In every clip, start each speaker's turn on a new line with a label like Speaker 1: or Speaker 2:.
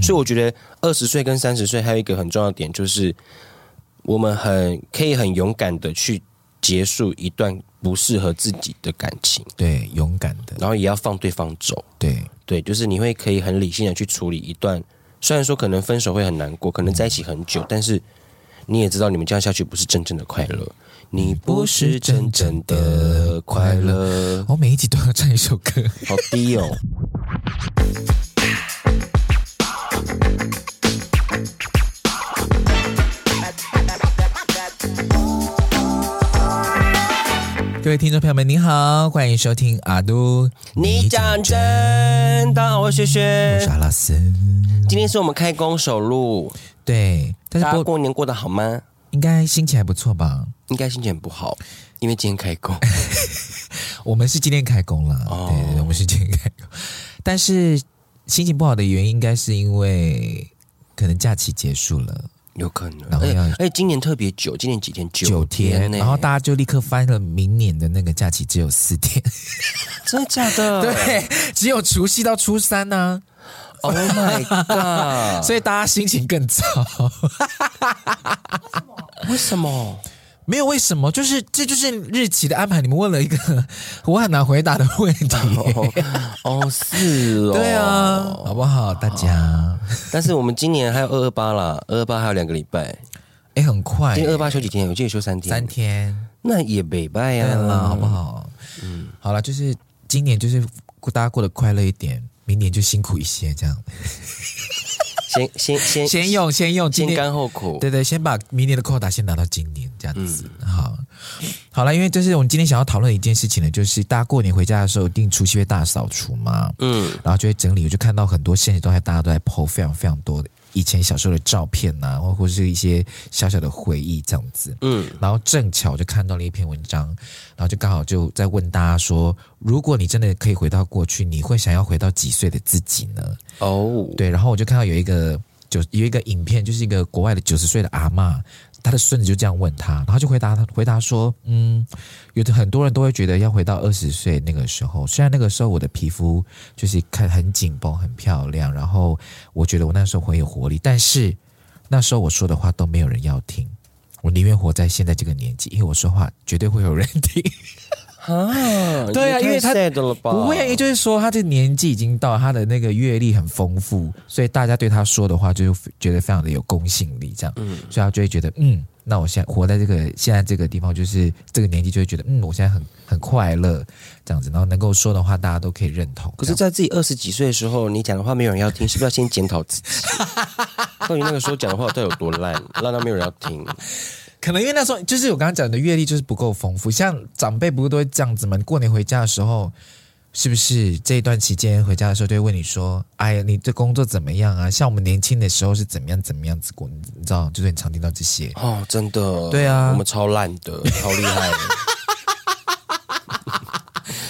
Speaker 1: 所以我觉得二十岁跟三十岁还有一个很重要的点就是，我们很可以很勇敢的去结束一段不适合自己的感情，
Speaker 2: 对，勇敢的，
Speaker 1: 然后也要放对方走。
Speaker 2: 对，
Speaker 1: 对，就是你会可以很理性的去处理一段，虽然说可能分手会很难过，可能在一起很久，但是你也知道，你们这样下去不是真正的快乐，你不是真正的快乐，
Speaker 2: 我哦每一集都要唱一首歌。
Speaker 1: 好低哦。
Speaker 2: 各位听众朋友们，您好，欢迎收听阿都，
Speaker 1: 你讲真，大家好，我是雪
Speaker 2: 我是
Speaker 1: 雪，
Speaker 2: 阿拉斯。
Speaker 1: 今天是我们开工首录，
Speaker 2: 对，但
Speaker 1: 大
Speaker 2: 是
Speaker 1: 家
Speaker 2: 不
Speaker 1: 过年过得好吗？
Speaker 2: 应该心情还不错吧？
Speaker 1: 应该心情很不好，因为今天开 工，
Speaker 2: 我们是今天开工了，
Speaker 1: 哦
Speaker 2: 对对对，我们是今天开工，但是心情不好的原因应该是因为可能假期结束了。
Speaker 1: 有可能。
Speaker 2: 然
Speaker 1: 而
Speaker 2: 后
Speaker 1: 且
Speaker 2: 要
Speaker 1: 而且今年特别久，今年几天？
Speaker 2: 九天，啊
Speaker 1: 呢
Speaker 2: 然后大家就立刻翻了明年的那个假期只有 四天，
Speaker 1: 真的假的？
Speaker 2: 对，只有除夕到初三呢、
Speaker 1: ，Oh my god！
Speaker 2: 所以大家心情更糟。
Speaker 1: 为什 么？
Speaker 2: 没有为什么，就是这就是日期的安排。你们问了一个我很难回答的 问题，
Speaker 1: 哦，哦是哦，
Speaker 2: 对啊，好不好，大家？
Speaker 1: 但是我们今年还有二二八啦，二二八还有两个礼拜，
Speaker 2: 哎，很快
Speaker 1: 今，天二二八休几天？我记得休三天，
Speaker 2: 三天，
Speaker 1: 那也北拜啊
Speaker 2: 对啊
Speaker 1: 呀、
Speaker 2: 了，好不？好？嗯，好了，就是今年就是大家过得快乐一点，明年就辛苦一些，这样。
Speaker 1: 先先先
Speaker 2: 先用先用，今
Speaker 1: 先
Speaker 2: 年
Speaker 1: 甘后苦，
Speaker 2: 对对，先把明年的扣打先拿到今年这样子。
Speaker 1: 嗯
Speaker 2: 好，好了，因为就是我们今天想要讨论一件事情呢，就是大家过年回家的时候，一定除夕会大扫除嘛，
Speaker 1: 嗯，
Speaker 2: 然后就会整理，我就看到很多现实动态，大家都在 PO 非常非常多的以前小时候的照片呐、或或是一些小小的回忆这样子。
Speaker 1: 嗯，
Speaker 2: 然后正巧我就看到了一篇文章，然后就刚好就在问大家说，如果你真的可以回到过去，你会想要回到几岁的自己呢？
Speaker 1: 哦，
Speaker 2: 对，然后我就看到有一个九有一个影片，就是一个国外的九十岁的阿嬷，她的孙子就这样问她，然后就回答她回答说，嗯，有的很多人都会觉得要回到二十岁那个时候，虽然那个时候我的皮肤就是看很紧绷、很漂亮，然后我觉得我那时候很有活力，但是那时候我说的话都没有人要听。我宁愿活在现在这个年纪，因为我说话绝对会有人听。
Speaker 1: 啊，
Speaker 2: 对啊
Speaker 1: 你
Speaker 2: 因为
Speaker 1: 太
Speaker 2: 他
Speaker 1: sad 了吧？
Speaker 2: 不会，也就是说，他这个年纪已经到，他的那个阅历很丰富，所以大家对他说的话就觉得非常的有公信力，这样，所以他就会觉得，嗯，那我现在活在这个现在这个地方，就是这个年纪就会觉得，嗯，我现在很很快乐，这样子，然后能够说的话，大家都可以认同。
Speaker 1: 可是，在自己二十几岁的时候，你讲的话没有人要听，是不是要先检讨 自己？到底那个时候讲的话到底有多烂，烂到没有人要听？
Speaker 2: 可能因为那时候就是我刚刚讲的阅历就是不够丰富，像长辈不是都会这样子吗？你过年回家的时候，是不是这一段期间回家的时候就会问你说：“哎呀，你这工作怎么样啊？”像我们年轻的时候是怎么样怎么样子过，你知道，就是很常听到这些。
Speaker 1: 哦，真的，
Speaker 2: 对啊
Speaker 1: 我们超烂的，超厉害 的。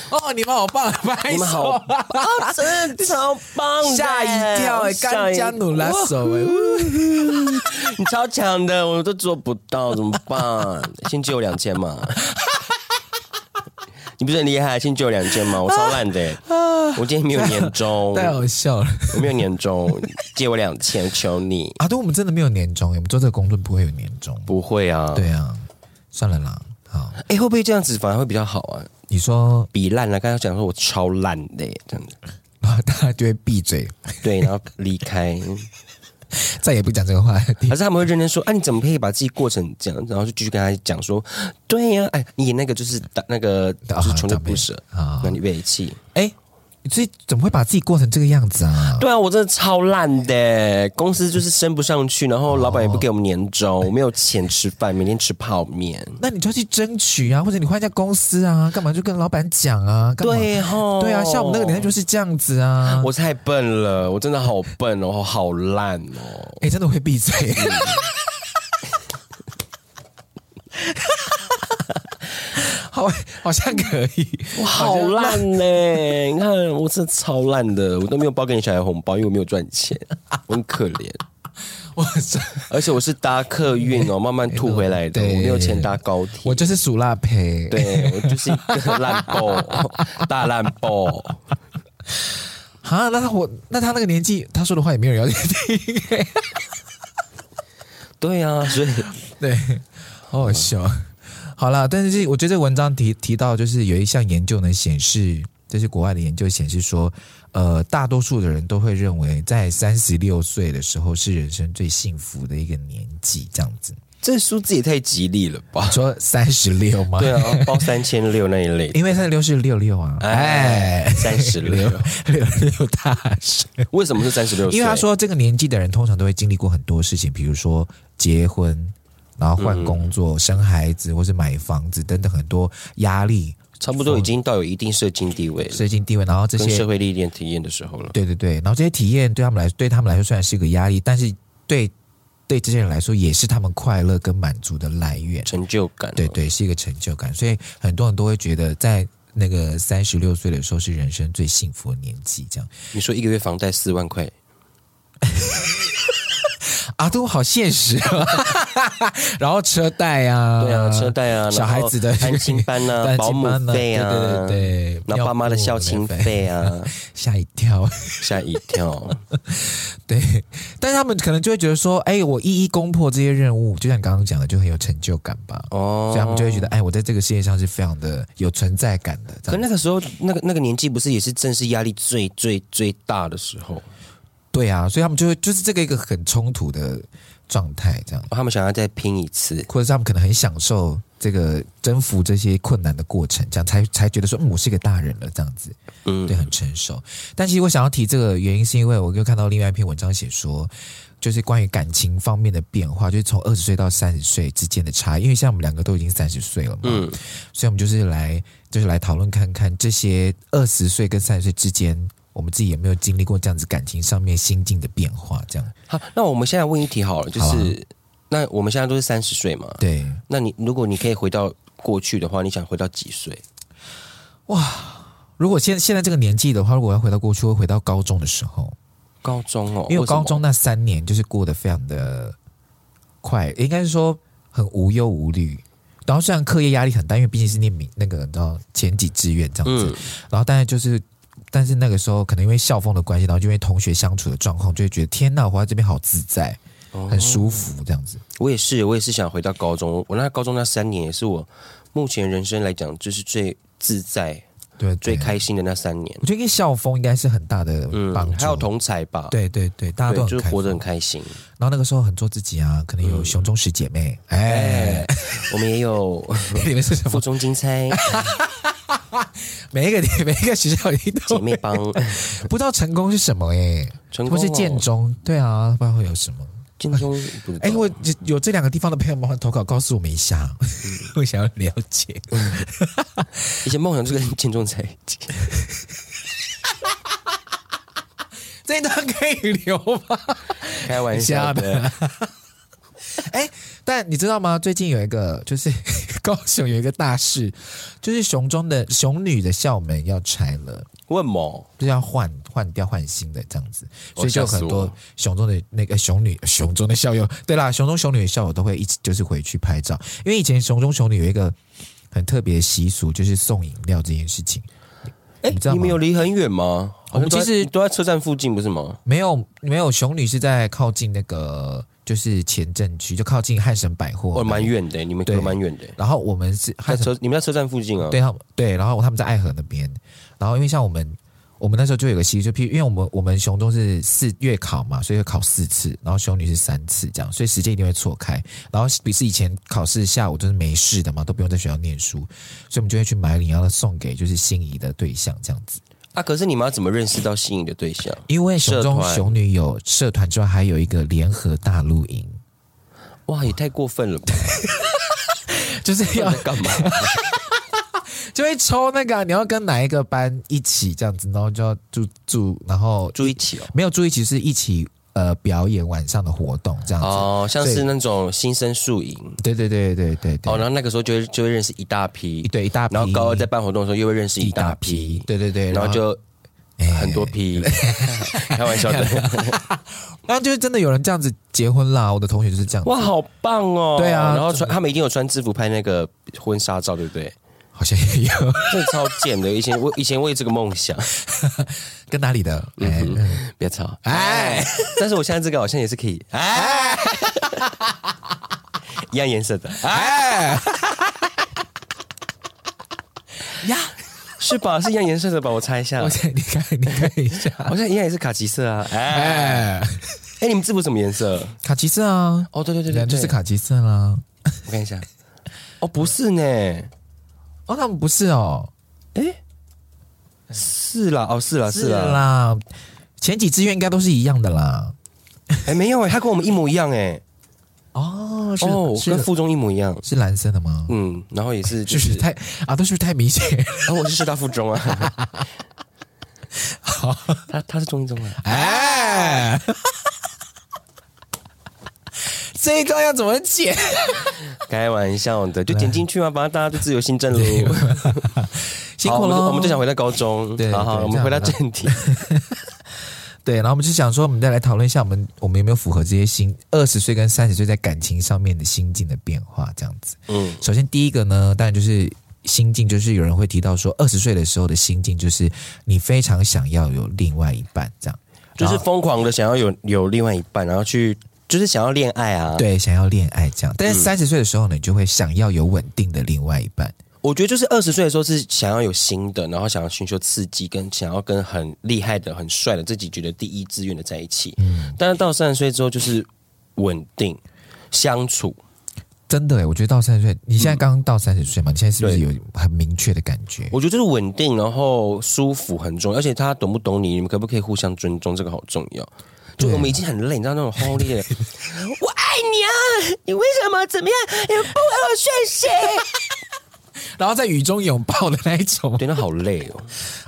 Speaker 2: 哦，你们好棒，拍
Speaker 1: 你们好
Speaker 2: 手，
Speaker 1: 啊，真的超棒的，
Speaker 2: 吓一跳哎、
Speaker 1: 吓
Speaker 2: 干
Speaker 1: 一
Speaker 2: 加努拉手哎、
Speaker 1: 你超强的，我都做不到，怎么办？先借我两千 嘛。你不是很厉害，先借我两千嘛，我超烂的、欸 我今天没有年终，
Speaker 2: 太好笑 了。
Speaker 1: 我没有年终，借我两千，求你。
Speaker 2: 啊，对，我们真的没有年终，我们做这个工作不会有年终。
Speaker 1: 不会啊，
Speaker 2: 对啊，算了啦。好，
Speaker 1: 哎、会不会这样子反而会比较好啊？
Speaker 2: 你说，
Speaker 1: 比烂啊，刚才讲说我超烂的、这样子，
Speaker 2: 然后大家就会闭嘴，
Speaker 1: 对，然后离开，
Speaker 2: 再也不讲这个话题。
Speaker 1: 还是他们会认真说，啊，你怎么可以把自己过成这样？然后就继续跟他讲说，对呀、哎，你那个就是打那个就是穷追不舍，
Speaker 2: 啊
Speaker 1: 那，你被气。
Speaker 2: 哎，你自己怎么会把自己过成这个样子啊？
Speaker 1: 对啊，我真的超烂的，公司就是升不上去，然
Speaker 2: 哦
Speaker 1: 后老板也不给我们年终，我没有钱吃饭，每天吃泡面。
Speaker 2: 那你就要去争取啊，或者你换一家公司啊，干嘛就跟老板讲啊？干嘛
Speaker 1: 对吼，
Speaker 2: 对啊，像我们那个年代就是这样子啊。
Speaker 1: 我太笨了，我真的好笨哦，好烂哦。
Speaker 2: 哎，真的我会闭嘴。
Speaker 1: 嗯
Speaker 2: 好，好像可以。
Speaker 1: 我好烂呢！你看，我真的超烂的，我都没有包给你小孩红包，因为我没有赚钱， 我很可怜。
Speaker 2: 我真
Speaker 1: 而且我是搭客运哦，慢慢吐回来的，我
Speaker 2: 对
Speaker 1: 没有钱搭高铁。
Speaker 2: 我就是属辣胚。，
Speaker 1: 对我就是一个烂爆，大烂爆。
Speaker 2: 哈，那他我那他那个年纪，他说的话也没有人要听。
Speaker 1: 对啊，所以
Speaker 2: 对，好好笑。好了，但是这我觉得这个文章提提到，就是有一项研究呢显示，这是国外的研究显示说，呃，大多数的人都会认为在三十六岁的时候是人生最幸福的一个年纪，这样子。
Speaker 1: 这数字也太吉利了 吧？
Speaker 2: 说三十六吗？
Speaker 1: 对，啊，包三千六那一类，
Speaker 2: 因为三十六是六六啊，
Speaker 1: 哎
Speaker 2: 哎，，
Speaker 1: 三十 六，
Speaker 2: 六六大顺。
Speaker 1: 为什么是三十六？
Speaker 2: 因为他说这个年纪的人通常都会经历过很多事情，比如说结婚，然后
Speaker 1: 嗯
Speaker 2: 换工作、生孩子，或是买房子等等很多压力、
Speaker 1: 差不多已经到有一定社经地位了，
Speaker 2: 社经地位，然后这
Speaker 1: 跟
Speaker 2: 些
Speaker 1: 社会历练体验的时候了。
Speaker 2: 对对对，然后这些体验对他们来对他们来说虽然是一个压力，但是对对这些人来说也是他们快乐跟满足的来源。
Speaker 1: 成就感，
Speaker 2: 对，对，是一个成就感，所以很多人都会觉得在。那个三十六岁的时候是人生最幸福的年纪，这样
Speaker 1: 你说一个月房贷四万块，
Speaker 2: 啊，都好现实、啊。 然后车贷啊，
Speaker 1: 对啊，车贷啊，
Speaker 2: 小孩子的
Speaker 1: 然后安亲班啊，
Speaker 2: 单
Speaker 1: 保
Speaker 2: 亲
Speaker 1: 姆
Speaker 2: 班呢
Speaker 1: 费啊，
Speaker 2: 对对对对，
Speaker 1: 然后爸妈的孝亲费啊，
Speaker 2: 吓一跳。
Speaker 1: 吓一跳。
Speaker 2: 对，但是他们可能就会觉得说，哎，我一一攻破这些任务，就像你刚刚讲的，就很有成就感吧。
Speaker 1: 哦，
Speaker 2: 所以他们就会觉得，哎，我在这个世界上是非常的有存在感的。
Speaker 1: 哦可
Speaker 2: 这样
Speaker 1: 那个时候，那个那个年纪不是也是正是压力最最最大的时候，
Speaker 2: 对啊，所以他们就会就是这个一个很冲突的状态，这样，
Speaker 1: 他们想要再拼一次，
Speaker 2: 或者是他们可能很享受这个征服这些困难的过程，这样才才觉得说，嗯，我是一个大人了，这样子。
Speaker 1: 嗯，
Speaker 2: 对，很成熟。但其实我想要提这个原因，是因为我又看到另外一篇文章写说，就是关于感情方面的变化，就是从二十岁到三十岁之间的差异。因为现在我们两个都已经三十岁了嘛，
Speaker 1: 嗯，
Speaker 2: 所以我们就是来就是来讨论看看这些二十岁跟三十岁之间，我们自己有没有经历过这样子感情上面心境的变化？这样
Speaker 1: 好，那我们现在问一题好了，就
Speaker 2: 好啊
Speaker 1: 是、那我们现在都是三十岁嘛，
Speaker 2: 对，
Speaker 1: 那你如果你可以回到过去的话，你想回到几岁？
Speaker 2: 如果现现在这个年纪的话，如果要回到过去，会回到高中的时候。
Speaker 1: 高中哦，
Speaker 2: 因为我高
Speaker 1: 什么
Speaker 2: 中那三年就是过得非常的快，应该是说很无忧无虑。然后虽然课业压力很大，因为毕竟是念民那个你知道前几志愿这样子，
Speaker 1: 嗯，
Speaker 2: 然后但是就是。但是那个时候，可能因为校风的关系，然后就因为同学相处的状况，就会觉得天呐，我在这边好自在，
Speaker 1: 哦
Speaker 2: 很舒服这样子。
Speaker 1: 我也是，我也是想回到高中。我那高中那三年也是我目前人生来讲，就是最自在、
Speaker 2: 对，对
Speaker 1: 最，开心的那三年。
Speaker 2: 我觉得跟校风应该是很大的
Speaker 1: 嗯
Speaker 2: 帮，助。
Speaker 1: 还有同才吧，
Speaker 2: 对对对，大家
Speaker 1: 对，
Speaker 2: 都
Speaker 1: 就是
Speaker 2: 很开
Speaker 1: 活得很
Speaker 2: 放。
Speaker 1: 开心。
Speaker 2: 然后那个时候很做自己啊，可能有熊中十姐妹，哎，
Speaker 1: 哎，我们也有
Speaker 2: 你们是什
Speaker 1: 附
Speaker 2: 么？
Speaker 1: 中金 钗
Speaker 2: 每一个每一个学校一定都
Speaker 1: 姐妹帮，
Speaker 2: 不知道成功是什么哎、
Speaker 1: 成
Speaker 2: 或
Speaker 1: 功哦
Speaker 2: 是建中，对啊，不知道会有什么。
Speaker 1: 建中不知道
Speaker 2: 哎、我有有这两个地方的朋友，麻烦投稿告诉我们一下，
Speaker 1: 嗯
Speaker 2: 我想要了解。
Speaker 1: 以前梦想就是跟建中 在一起，
Speaker 2: 这一段可以留吗？
Speaker 1: 开玩笑的。
Speaker 2: 哎但你知道吗？最近有一个就是 高雄有一个大事，就是雄中的雄女的校门要拆了。
Speaker 1: 问某
Speaker 2: 就是要换换掉换新的这样子，
Speaker 1: 哦
Speaker 2: 所以就有
Speaker 1: 吓死
Speaker 2: 很多
Speaker 1: 我
Speaker 2: 熊中的那个呃熊女熊中的校友，对啦，熊中熊女的校友都会一起就是回去拍照，因为以前熊中熊女有一个很特别的习俗，就是送饮料这件事情。
Speaker 1: 哎
Speaker 2: 你知道
Speaker 1: 你
Speaker 2: 吗
Speaker 1: 们有离很远吗？
Speaker 2: 我
Speaker 1: 好像
Speaker 2: 们
Speaker 1: 都在
Speaker 2: 其实
Speaker 1: 都在车站附近，不是吗？
Speaker 2: 没有没有，熊女是在靠近那个就是前镇区，就靠近汉神百货，
Speaker 1: 哦，蛮。远的，你们
Speaker 2: 对
Speaker 1: 隔蛮远的，
Speaker 2: 然后我们是
Speaker 1: 在
Speaker 2: 汉神
Speaker 1: 车你们在车站附近啊？
Speaker 2: 对他们对，然后他们在爱河那边，然后因为像我们。我们那时候就有个习俗，就譬如因为我们我们雄中是四月考嘛，所以会考四次，然后雄女是三次这样，所以时间一定会错开。然后比是以前考试下午就是没事的嘛，都不用在学校念书，所以我们就会去买礼，然后送给就是心仪的对象这样子。
Speaker 1: 啊，可是你们要怎么认识到心仪的对象？
Speaker 2: 因为雄
Speaker 1: 社
Speaker 2: 中
Speaker 1: 团
Speaker 2: 雄女有社团之外，还有一个联合大露营，
Speaker 1: 哇，也太过分了吧！
Speaker 2: 就是要
Speaker 1: 在干嘛？
Speaker 2: 就会抽那个啊、你要跟哪一个班一起这样子，然后就要住住，然后
Speaker 1: 住一起哦。
Speaker 2: 没有注意，其实是一起呃表演晚上的活动这样子。
Speaker 1: 哦，像是
Speaker 2: 对
Speaker 1: 那种新生宿营
Speaker 2: 对对对对对对，
Speaker 1: 哦，然后那个时候就会就会认识一大批
Speaker 2: 一，对一大批，
Speaker 1: 然后高二在办活动的时候又会认识
Speaker 2: 一
Speaker 1: 一
Speaker 2: 大
Speaker 1: 大
Speaker 2: 批
Speaker 1: 批，，
Speaker 2: 对对对，
Speaker 1: 然后哎就很多 批，开玩笑 的，
Speaker 2: 然后就是真的有人这样子结婚啦，我的同学就是这样子，
Speaker 1: 哇，好棒哦！
Speaker 2: 对啊
Speaker 1: 然后穿他们一定有穿制服拍那个婚纱照，对不对？
Speaker 2: 好像也有
Speaker 1: 这超贱的，以前为以前为这个梦想，
Speaker 2: 跟哪里的？
Speaker 1: 嗯
Speaker 2: 哎、
Speaker 1: 别吵，
Speaker 2: 哎
Speaker 1: 哎，但是我现在这个好像也是可以，哎，一样颜色的，
Speaker 2: 哎呀！
Speaker 1: 是吧？是一样颜色的吧？我猜一下
Speaker 2: 我， 想你看，你看一下，
Speaker 1: 好像一样也是卡其色啊， 哎，
Speaker 2: 哎，
Speaker 1: 哎，你们制服什么颜色？
Speaker 2: 卡其色啊，
Speaker 1: 哦，对对对对，
Speaker 2: 人
Speaker 1: 对
Speaker 2: 就是，卡其啊色啦。
Speaker 1: 我看一下，哦，不是呢，
Speaker 2: 哦，他们不是哦，
Speaker 1: 哎，是啦，哦，是啦，是啦，
Speaker 2: 啦，前几志愿应该都是一样的啦。
Speaker 1: 哎，没有哎，他跟我们一模一样哎，
Speaker 2: 哦，是
Speaker 1: 哦，跟
Speaker 2: 是
Speaker 1: 附中一模一样，
Speaker 2: 是蓝色的吗？
Speaker 1: 嗯，然后也是，
Speaker 2: 是不是太啊？都是不是太明显？
Speaker 1: 然哦后我是师大附中啊， 他他是中一中啊，
Speaker 2: 哎，这一段要怎么剪？
Speaker 1: 开玩笑的，就剪进去啊，把大家都自由新政喽。
Speaker 2: 辛
Speaker 1: 好
Speaker 2: 苦
Speaker 1: 我们
Speaker 2: 了，
Speaker 1: 就我们就想回到高中，
Speaker 2: 对
Speaker 1: 好好，
Speaker 2: 对
Speaker 1: 我们回到正 题。
Speaker 2: 对，然后我们就想说，我们再来讨论一下，我们我们有没有符合这些心二十岁跟三十岁在感情上面的心境的变化？这样子，
Speaker 1: 嗯，
Speaker 2: 首先第一个呢，当然就是心境，就是有人会提到说，二十岁的时候的心境就是你非常想要有另外一半，这样
Speaker 1: 就是疯狂的想要有有另外一半，然后去就是想要恋爱啊。，
Speaker 2: 对，想要恋爱这样。
Speaker 1: 嗯
Speaker 2: 但是三十岁的时候呢，你就会想要有稳定的另外一半。
Speaker 1: 我觉得就是二十岁的时候是想要有新的，然后想要寻求刺激，跟想要跟很厉害的、很帅的自己觉得第一志愿的在一起。但是到三十岁之后就是稳定相处，
Speaker 2: 真的哎，我觉得到三十岁，你现在刚刚到三十岁嘛，你现在是不是
Speaker 1: 嗯对
Speaker 2: 有很明确的感觉？
Speaker 1: 我觉得就是稳定，然后舒服很重要，而且他懂不懂你，你们可不可以互相尊重，这个好重要。就
Speaker 2: 对
Speaker 1: 我们已经很累，你知道那种轰烈， 我爱你啊，你为什么怎么样，你不回我讯息？
Speaker 2: 然后在雨中拥抱的那 一种。
Speaker 1: 对，那好累哦，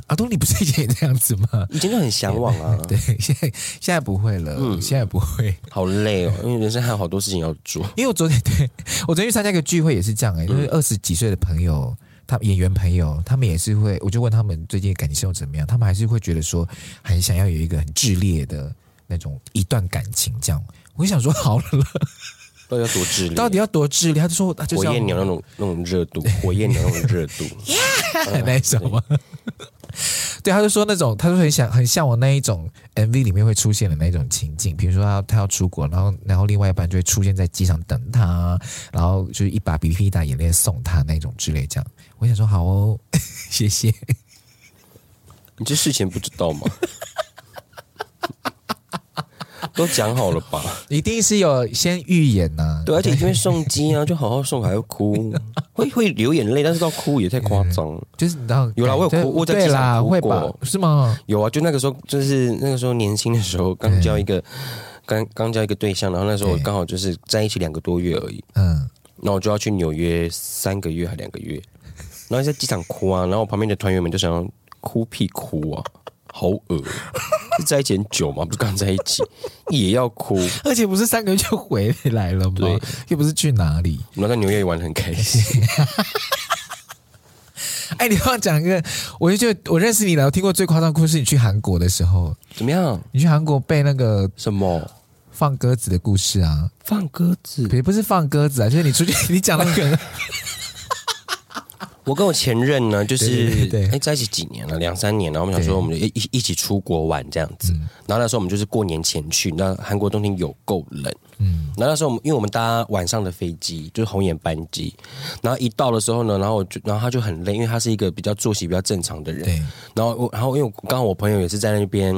Speaker 2: 阿东，你不是也这样子吗？
Speaker 1: 以前就很向往啊，
Speaker 2: 对，现在现在不会了，
Speaker 1: 嗯
Speaker 2: 现在不会。
Speaker 1: 好累哦，因为人生还有好多事情要 做。
Speaker 2: 因为我昨天 对我昨天去参加一个聚会也是这样
Speaker 1: 嗯
Speaker 2: 哎、就是二十几岁的朋友，他演员朋友，他们也是会，我就问他们最近感情生活怎么样，他们还是会觉得说很想要有一个很炽烈的那种一段感情这样。我就想说，好了了，
Speaker 1: 到底要啊多智力？
Speaker 2: 到底要多炽烈？他就说，他就
Speaker 1: 火
Speaker 2: 是要
Speaker 1: 焰鸟那种 那种热度，火焰鸟那种热 度，
Speaker 2: 那一种吗？对，他就说那种，他就很想很向往那一种 MV 里面会出现的那种情境，比如说他他要出国，然后然后另外一半就会出现在机场等他，然后就是一把鼻涕一把眼泪送他那种之类这样。我想说好哦， 谢谢。
Speaker 1: 你这事前不知道吗？ 都讲好了吧？
Speaker 2: 一定是有先预演啊呐、
Speaker 1: 对，而且因为送机 啊，就好好送，还要哭， 会会流眼泪，但是到哭也太夸张。
Speaker 2: 就是你知道
Speaker 1: 有啦我有
Speaker 2: 对
Speaker 1: 哭我在
Speaker 2: 对
Speaker 1: 机场
Speaker 2: 啦，
Speaker 1: 哭
Speaker 2: 会吧
Speaker 1: 过？
Speaker 2: 是吗？
Speaker 1: 有啊，就那个时候，就是那个时候年轻的时候，刚交一个，刚刚交一个嗯对象，然后那时候我
Speaker 2: 对
Speaker 1: 刚好就是在一起两个多月而已，
Speaker 2: 嗯，
Speaker 1: 然后我就要去纽约三个月还两个月，然后在机场哭啊，然后我旁边的团员们就想要哭屁哭啊，好 恶，是在一起很久嘛，不是刚在一起也要哭，
Speaker 2: 而且不是三个月就回来了吗？
Speaker 1: 对，
Speaker 2: 又不是去哪里。
Speaker 1: 然后在纽约也玩的很开 心，
Speaker 2: 哎，你要讲一个，我就觉得我认识你了，我听过最夸张的故事，你去韩国的时候，
Speaker 1: 怎么样？
Speaker 2: 你去韩国背那个
Speaker 1: 什么
Speaker 2: 放鸽子的故事啊，
Speaker 1: 放鸽子？
Speaker 2: 也不是放鸽子啊，就是你出去你讲那 个，
Speaker 1: 我跟我前任呢，就是
Speaker 2: 对对对对
Speaker 1: 哎在一起几年了，两三年了。我们想
Speaker 2: 对嗯
Speaker 1: 说，我们一一一起出国玩这样子。然后那时候我们就是过年前去，那韩国冬天有够冷。
Speaker 2: 嗯，
Speaker 1: 然后那时候我们因为我们搭晚上的飞机，就是红眼班机。然后一到的时候呢，然后我就然后他就很累，因为他是一个比较作息比较正常的人。
Speaker 2: 对，
Speaker 1: 然后我然后因为我刚好我朋友也是在那边，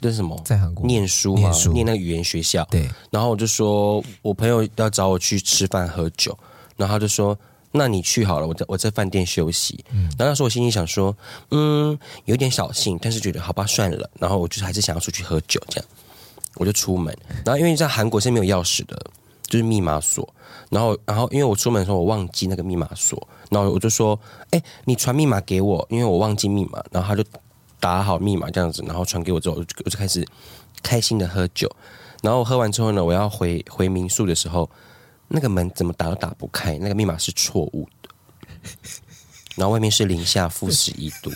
Speaker 1: 这是什么？
Speaker 2: 在韩国
Speaker 1: 念书嘛
Speaker 2: 念，书
Speaker 1: 念那个语言学校。
Speaker 2: 对，
Speaker 1: 然后我就说，我朋友要找我去吃饭喝酒，然后他就说，那你去好了，我在我在饭店休息。然后那时候我心里想说，嗯，有点扫兴，但是觉得好吧，算了。然后我就是还是想要出去喝酒，这样我就出门。然后因为在韩国是没有钥匙的，就是密码锁。然后，然后因为我出门的时候我忘记那个密码锁，然后我就说，哎，你传密码给我，因为我忘记密码。然后他就打好密码这样子，然后传给我之后，我就我就开始开心的喝酒。然后喝完之后呢，我要回回民宿的时候，那个门怎么打都打不开，那个密码是错误的。然后外面是零下负十一度，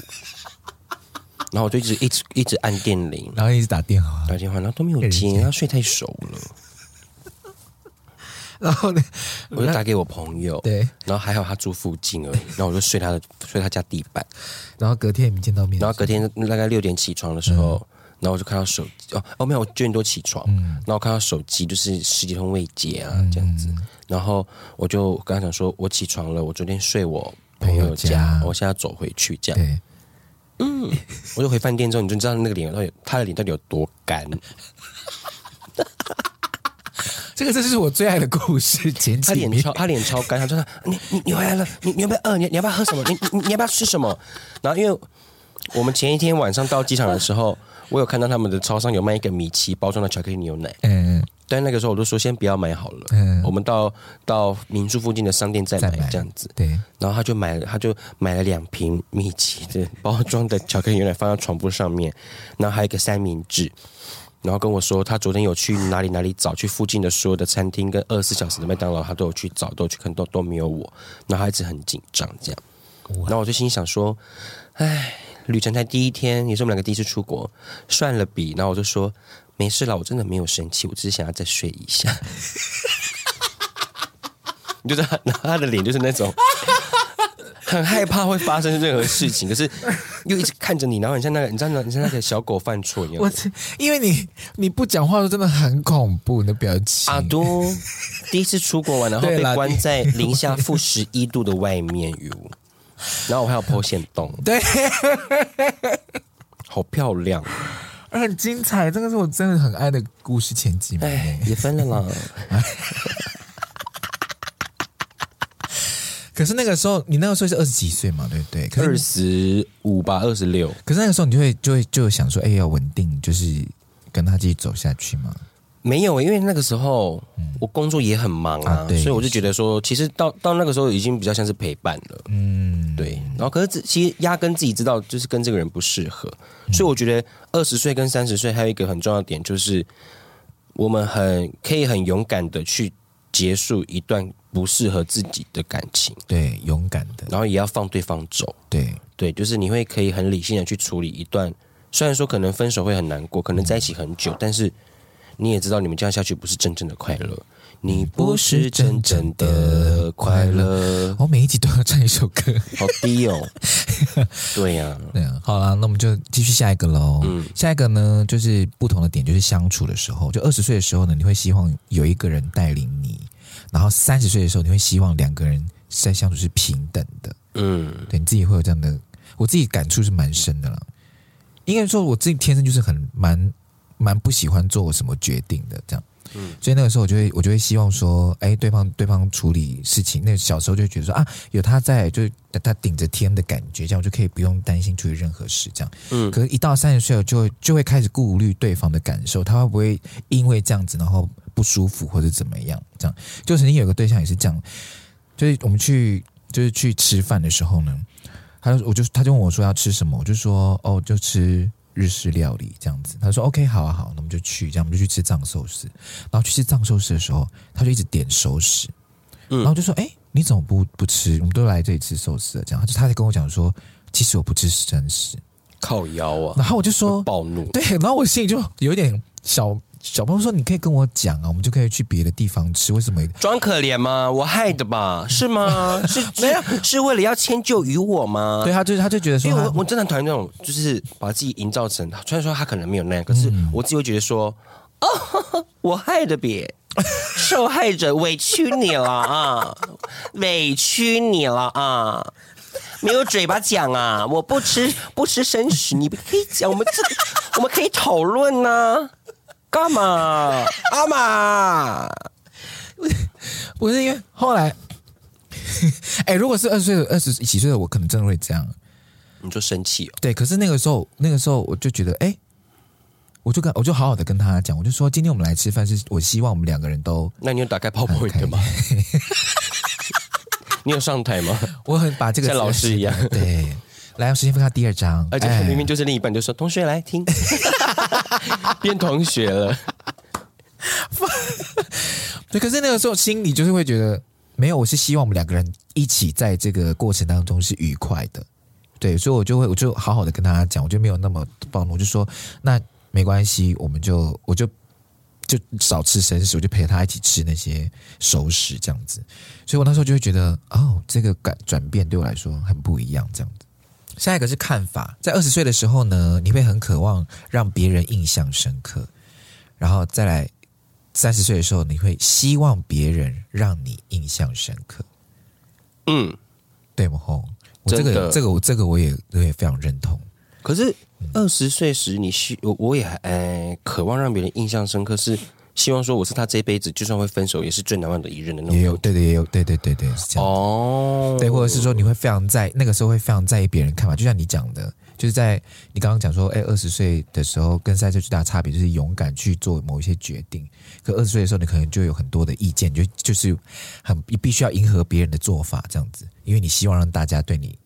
Speaker 1: 然后我就一直一直一直按电铃
Speaker 2: 然后一直打电话，
Speaker 1: 打电话，然后都没有
Speaker 2: 给人
Speaker 1: 接，
Speaker 2: 家
Speaker 1: 然后睡太熟了。
Speaker 2: 然后呢，
Speaker 1: 我就打给我朋友，
Speaker 2: 对，
Speaker 1: 然后还好他住附近而已，然后我就睡他的睡他家地板，
Speaker 2: 然后隔天你们见到面，
Speaker 1: 然后隔天大概六点起床的时候，
Speaker 2: 嗯
Speaker 1: 然后我就看到手机哦哦没有，我九点多起床，然后我看到手机就是十几通未接啊
Speaker 2: 嗯
Speaker 1: 这样子，然后我就跟他讲说，我起床了，我昨天睡我朋
Speaker 2: 朋友
Speaker 1: 友家
Speaker 2: 家，
Speaker 1: 我现在要走回去这样，
Speaker 2: 对，
Speaker 1: 我就回饭店之后，你就知道那个脸到底他的脸到底有多干，
Speaker 2: 这个这就是我最爱的故事前
Speaker 1: 他
Speaker 2: 几
Speaker 1: 脸
Speaker 2: 名，
Speaker 1: 超他脸超干，他说你你你回来了，你你要不要饿？你你要不要喝什么？你你你要不要吃什么？然后因为我们前一天晚上到机场的时候，我有看到他们的超商有卖一个米奇包装的巧克力牛奶，
Speaker 2: 嗯，
Speaker 1: 但那个时候我就说先不要买好了，
Speaker 2: 嗯
Speaker 1: 我们到到民宿附近的商店再
Speaker 2: 再
Speaker 1: 买
Speaker 2: 买
Speaker 1: 这样子。
Speaker 2: 对，
Speaker 1: 然后他就买了，他就买了两瓶米奇的 包装的巧克力牛奶放在床铺上面，然后还有一个三明治，然后跟我说他昨天有去哪里哪里找，去附近的所有的餐厅跟二十四小时的麦当劳，他都有去找，都有去看，都都没有我，然后他一直很紧张这样。然后我就心里想说，唉，旅程才第一天，也是我们两个第一次出国，算了笔。然后我就说没事啦，我真的没有生气，我只是想要再睡一下。 你就知道，然后他的脸就是那种很害怕会发生任何事情，可是又一直看着你，然后你像那个，你像那，你像那个小狗犯错一样
Speaker 2: 我。这因为你你不讲话的时候真的很恐怖，你的表情，
Speaker 1: 阿都第一次出国玩，然后
Speaker 2: 对
Speaker 1: 被
Speaker 2: 啦
Speaker 1: 关在零下负十一度的外面哟，然后我还有剖线洞，
Speaker 2: 对，
Speaker 1: 好漂亮，
Speaker 2: 很精彩，这个是我真的很爱的故事前几名。
Speaker 1: 哎，也分了啦。
Speaker 2: 可是那个时候，你那个时候是二十几岁嘛，对不对？可是
Speaker 1: 二
Speaker 2: 你
Speaker 1: 十五吧，二十六，
Speaker 2: 可是那个时候你就会就会就会想说，哎、要稳定，就是跟他继续走下去嘛。
Speaker 1: 没有，因为那个时候我工作也很忙嗯啊，
Speaker 2: 啊对
Speaker 1: 所以我就觉得说，其实到到那个时候已经比较像是陪伴了，
Speaker 2: 嗯，
Speaker 1: 对。然后可是自其实压根自己知道，就是跟这个人不适合，所以我觉得二十岁跟三十岁还有一个很重要的点就是，我们很可以很勇敢的去结束一段不适合自己的感情，
Speaker 2: 对，勇敢的，
Speaker 1: 然后也要放对方走。
Speaker 2: 对
Speaker 1: 对，就是你会可以很理性的去处理一段，虽然说可能分手会很难过，可能在一起很久，但是你也知道，你们这样下去不是真正的快乐，你不是真正的快乐，
Speaker 2: 我每一集都要唱一首歌。
Speaker 1: 好低哦。对呀、
Speaker 2: 对啊，好啦，那我们就继续下一个喽。
Speaker 1: 嗯
Speaker 2: 下一个呢，就是不同的点，就是相处的时候，就二十岁的时候呢，你会希望有一个人带领你；然后三十岁的时候，你会希望两个人在相处是平等的。
Speaker 1: 嗯，
Speaker 2: 对，你自己会有这样的，我自己感触是蛮深的啦。应该说我自己天生就是很蛮蛮不喜欢做我什么决定的这样。嗯，所以那个时候我就会我就会希望说，哎，对方对方处理事情，那小时候就会觉得说啊，有他在，就是他顶着天的感觉，这样我就可以不用担心处理任何事这样。
Speaker 1: 嗯
Speaker 2: 嗯，可是，一到三十岁了，就会就会开始顾虑对方的感受，他会不会因为这样子然后不舒服或者怎么样？这样，就曾经有个对象也是这样，就是我们去就是去吃饭的时候呢，他就我就他就问我说要吃什么，我就说哦就吃日式料理这样子。他说 OK 好啊好，那我们就去这样，我们就去吃藏寿司。然后去吃藏寿司的时候，他就一直点熟食，
Speaker 1: 嗯
Speaker 2: 然后就说哎、你怎么不不吃？我们都来这里吃寿司了，啊这样。他就他就跟我讲说，其实我不吃生食。
Speaker 1: 靠腰啊，
Speaker 2: 然后我就说
Speaker 1: 会暴怒，
Speaker 2: 对，然后我心里就有一点小小朋友说你可以跟我讲啊，我们就可以去别的地方吃，为什么？
Speaker 1: 装可怜吗？我害的吧？是吗？ 是没有，是为了要迁就于我吗？
Speaker 2: 对，他就他就觉得说
Speaker 1: 因为哎我
Speaker 2: 他
Speaker 1: 我真的很讨厌那种，就是把自己营造成，虽然说他可能没有那样，可是我自己会觉得说，哦，我害的别，受害者委屈你了啊，委屈你了啊。没有嘴巴讲啊！我不吃 不吃生食，你可以讲，我们这 我们可以讨论呐、干嘛？阿玛，
Speaker 2: 不是因为后来， 哎、如果是二十岁的二十几岁的我，可能真的会这样。
Speaker 1: 你就生气哦？
Speaker 2: 对，可是那个时候，那个时候我就觉得，哎、我就跟我就好好的跟他讲，我就说今天我们来吃饭是，我希望我们两个人都
Speaker 1: 那你有打开 PowerPoint
Speaker 2: 啊
Speaker 1: 吗？你有上台吗？
Speaker 2: 我很把这个
Speaker 1: 像老师一样
Speaker 2: 对。来，我时间分开第二章，
Speaker 1: 而且
Speaker 2: 哎
Speaker 1: 明明就是另一半就说：“同学来 听，变同学了。
Speaker 2: 对，可是那个时候心里就是会觉得，没有，我是希望我们两个人一起在这个过程当中是愉快的，对，所以我就会我就好好的跟他讲，我就没有那么暴怒，我就说那没关系，我们就我就就少吃生食，我就陪他一起吃那些熟食这样子。所以我那时候就会觉得，哦，这个感转变对我来说很不一样，这样子。下一个是看法，在二十岁的时候呢，你会很渴望让别人印象深刻，然后再来三十岁的时候，你会希望别人让你印象深刻。
Speaker 1: 嗯，
Speaker 2: 对吗？吼，我这
Speaker 1: 真
Speaker 2: 个
Speaker 1: 的
Speaker 2: 这个我这个我也我也非常认同。
Speaker 1: 可是二十岁时，你希我我也还呃渴望让别人印象深刻，是希望说我是他这辈子就算会分手，也是最难忘的一任的那种。
Speaker 2: 也有对对也有对对对对是这
Speaker 1: 嗯
Speaker 2: 样，
Speaker 1: 哦，
Speaker 2: 对，或者是说你会非常在那个时候会非常在意别人看法，就像你讲的，就是在你刚刚讲说，哎，二十岁的时候跟三十岁最大的差别就是勇敢去做某一些决定，可二十岁的时候你可能就有很多的意见，你就就是很你必须要迎合别人的做法这样子，因为你希望让大家对你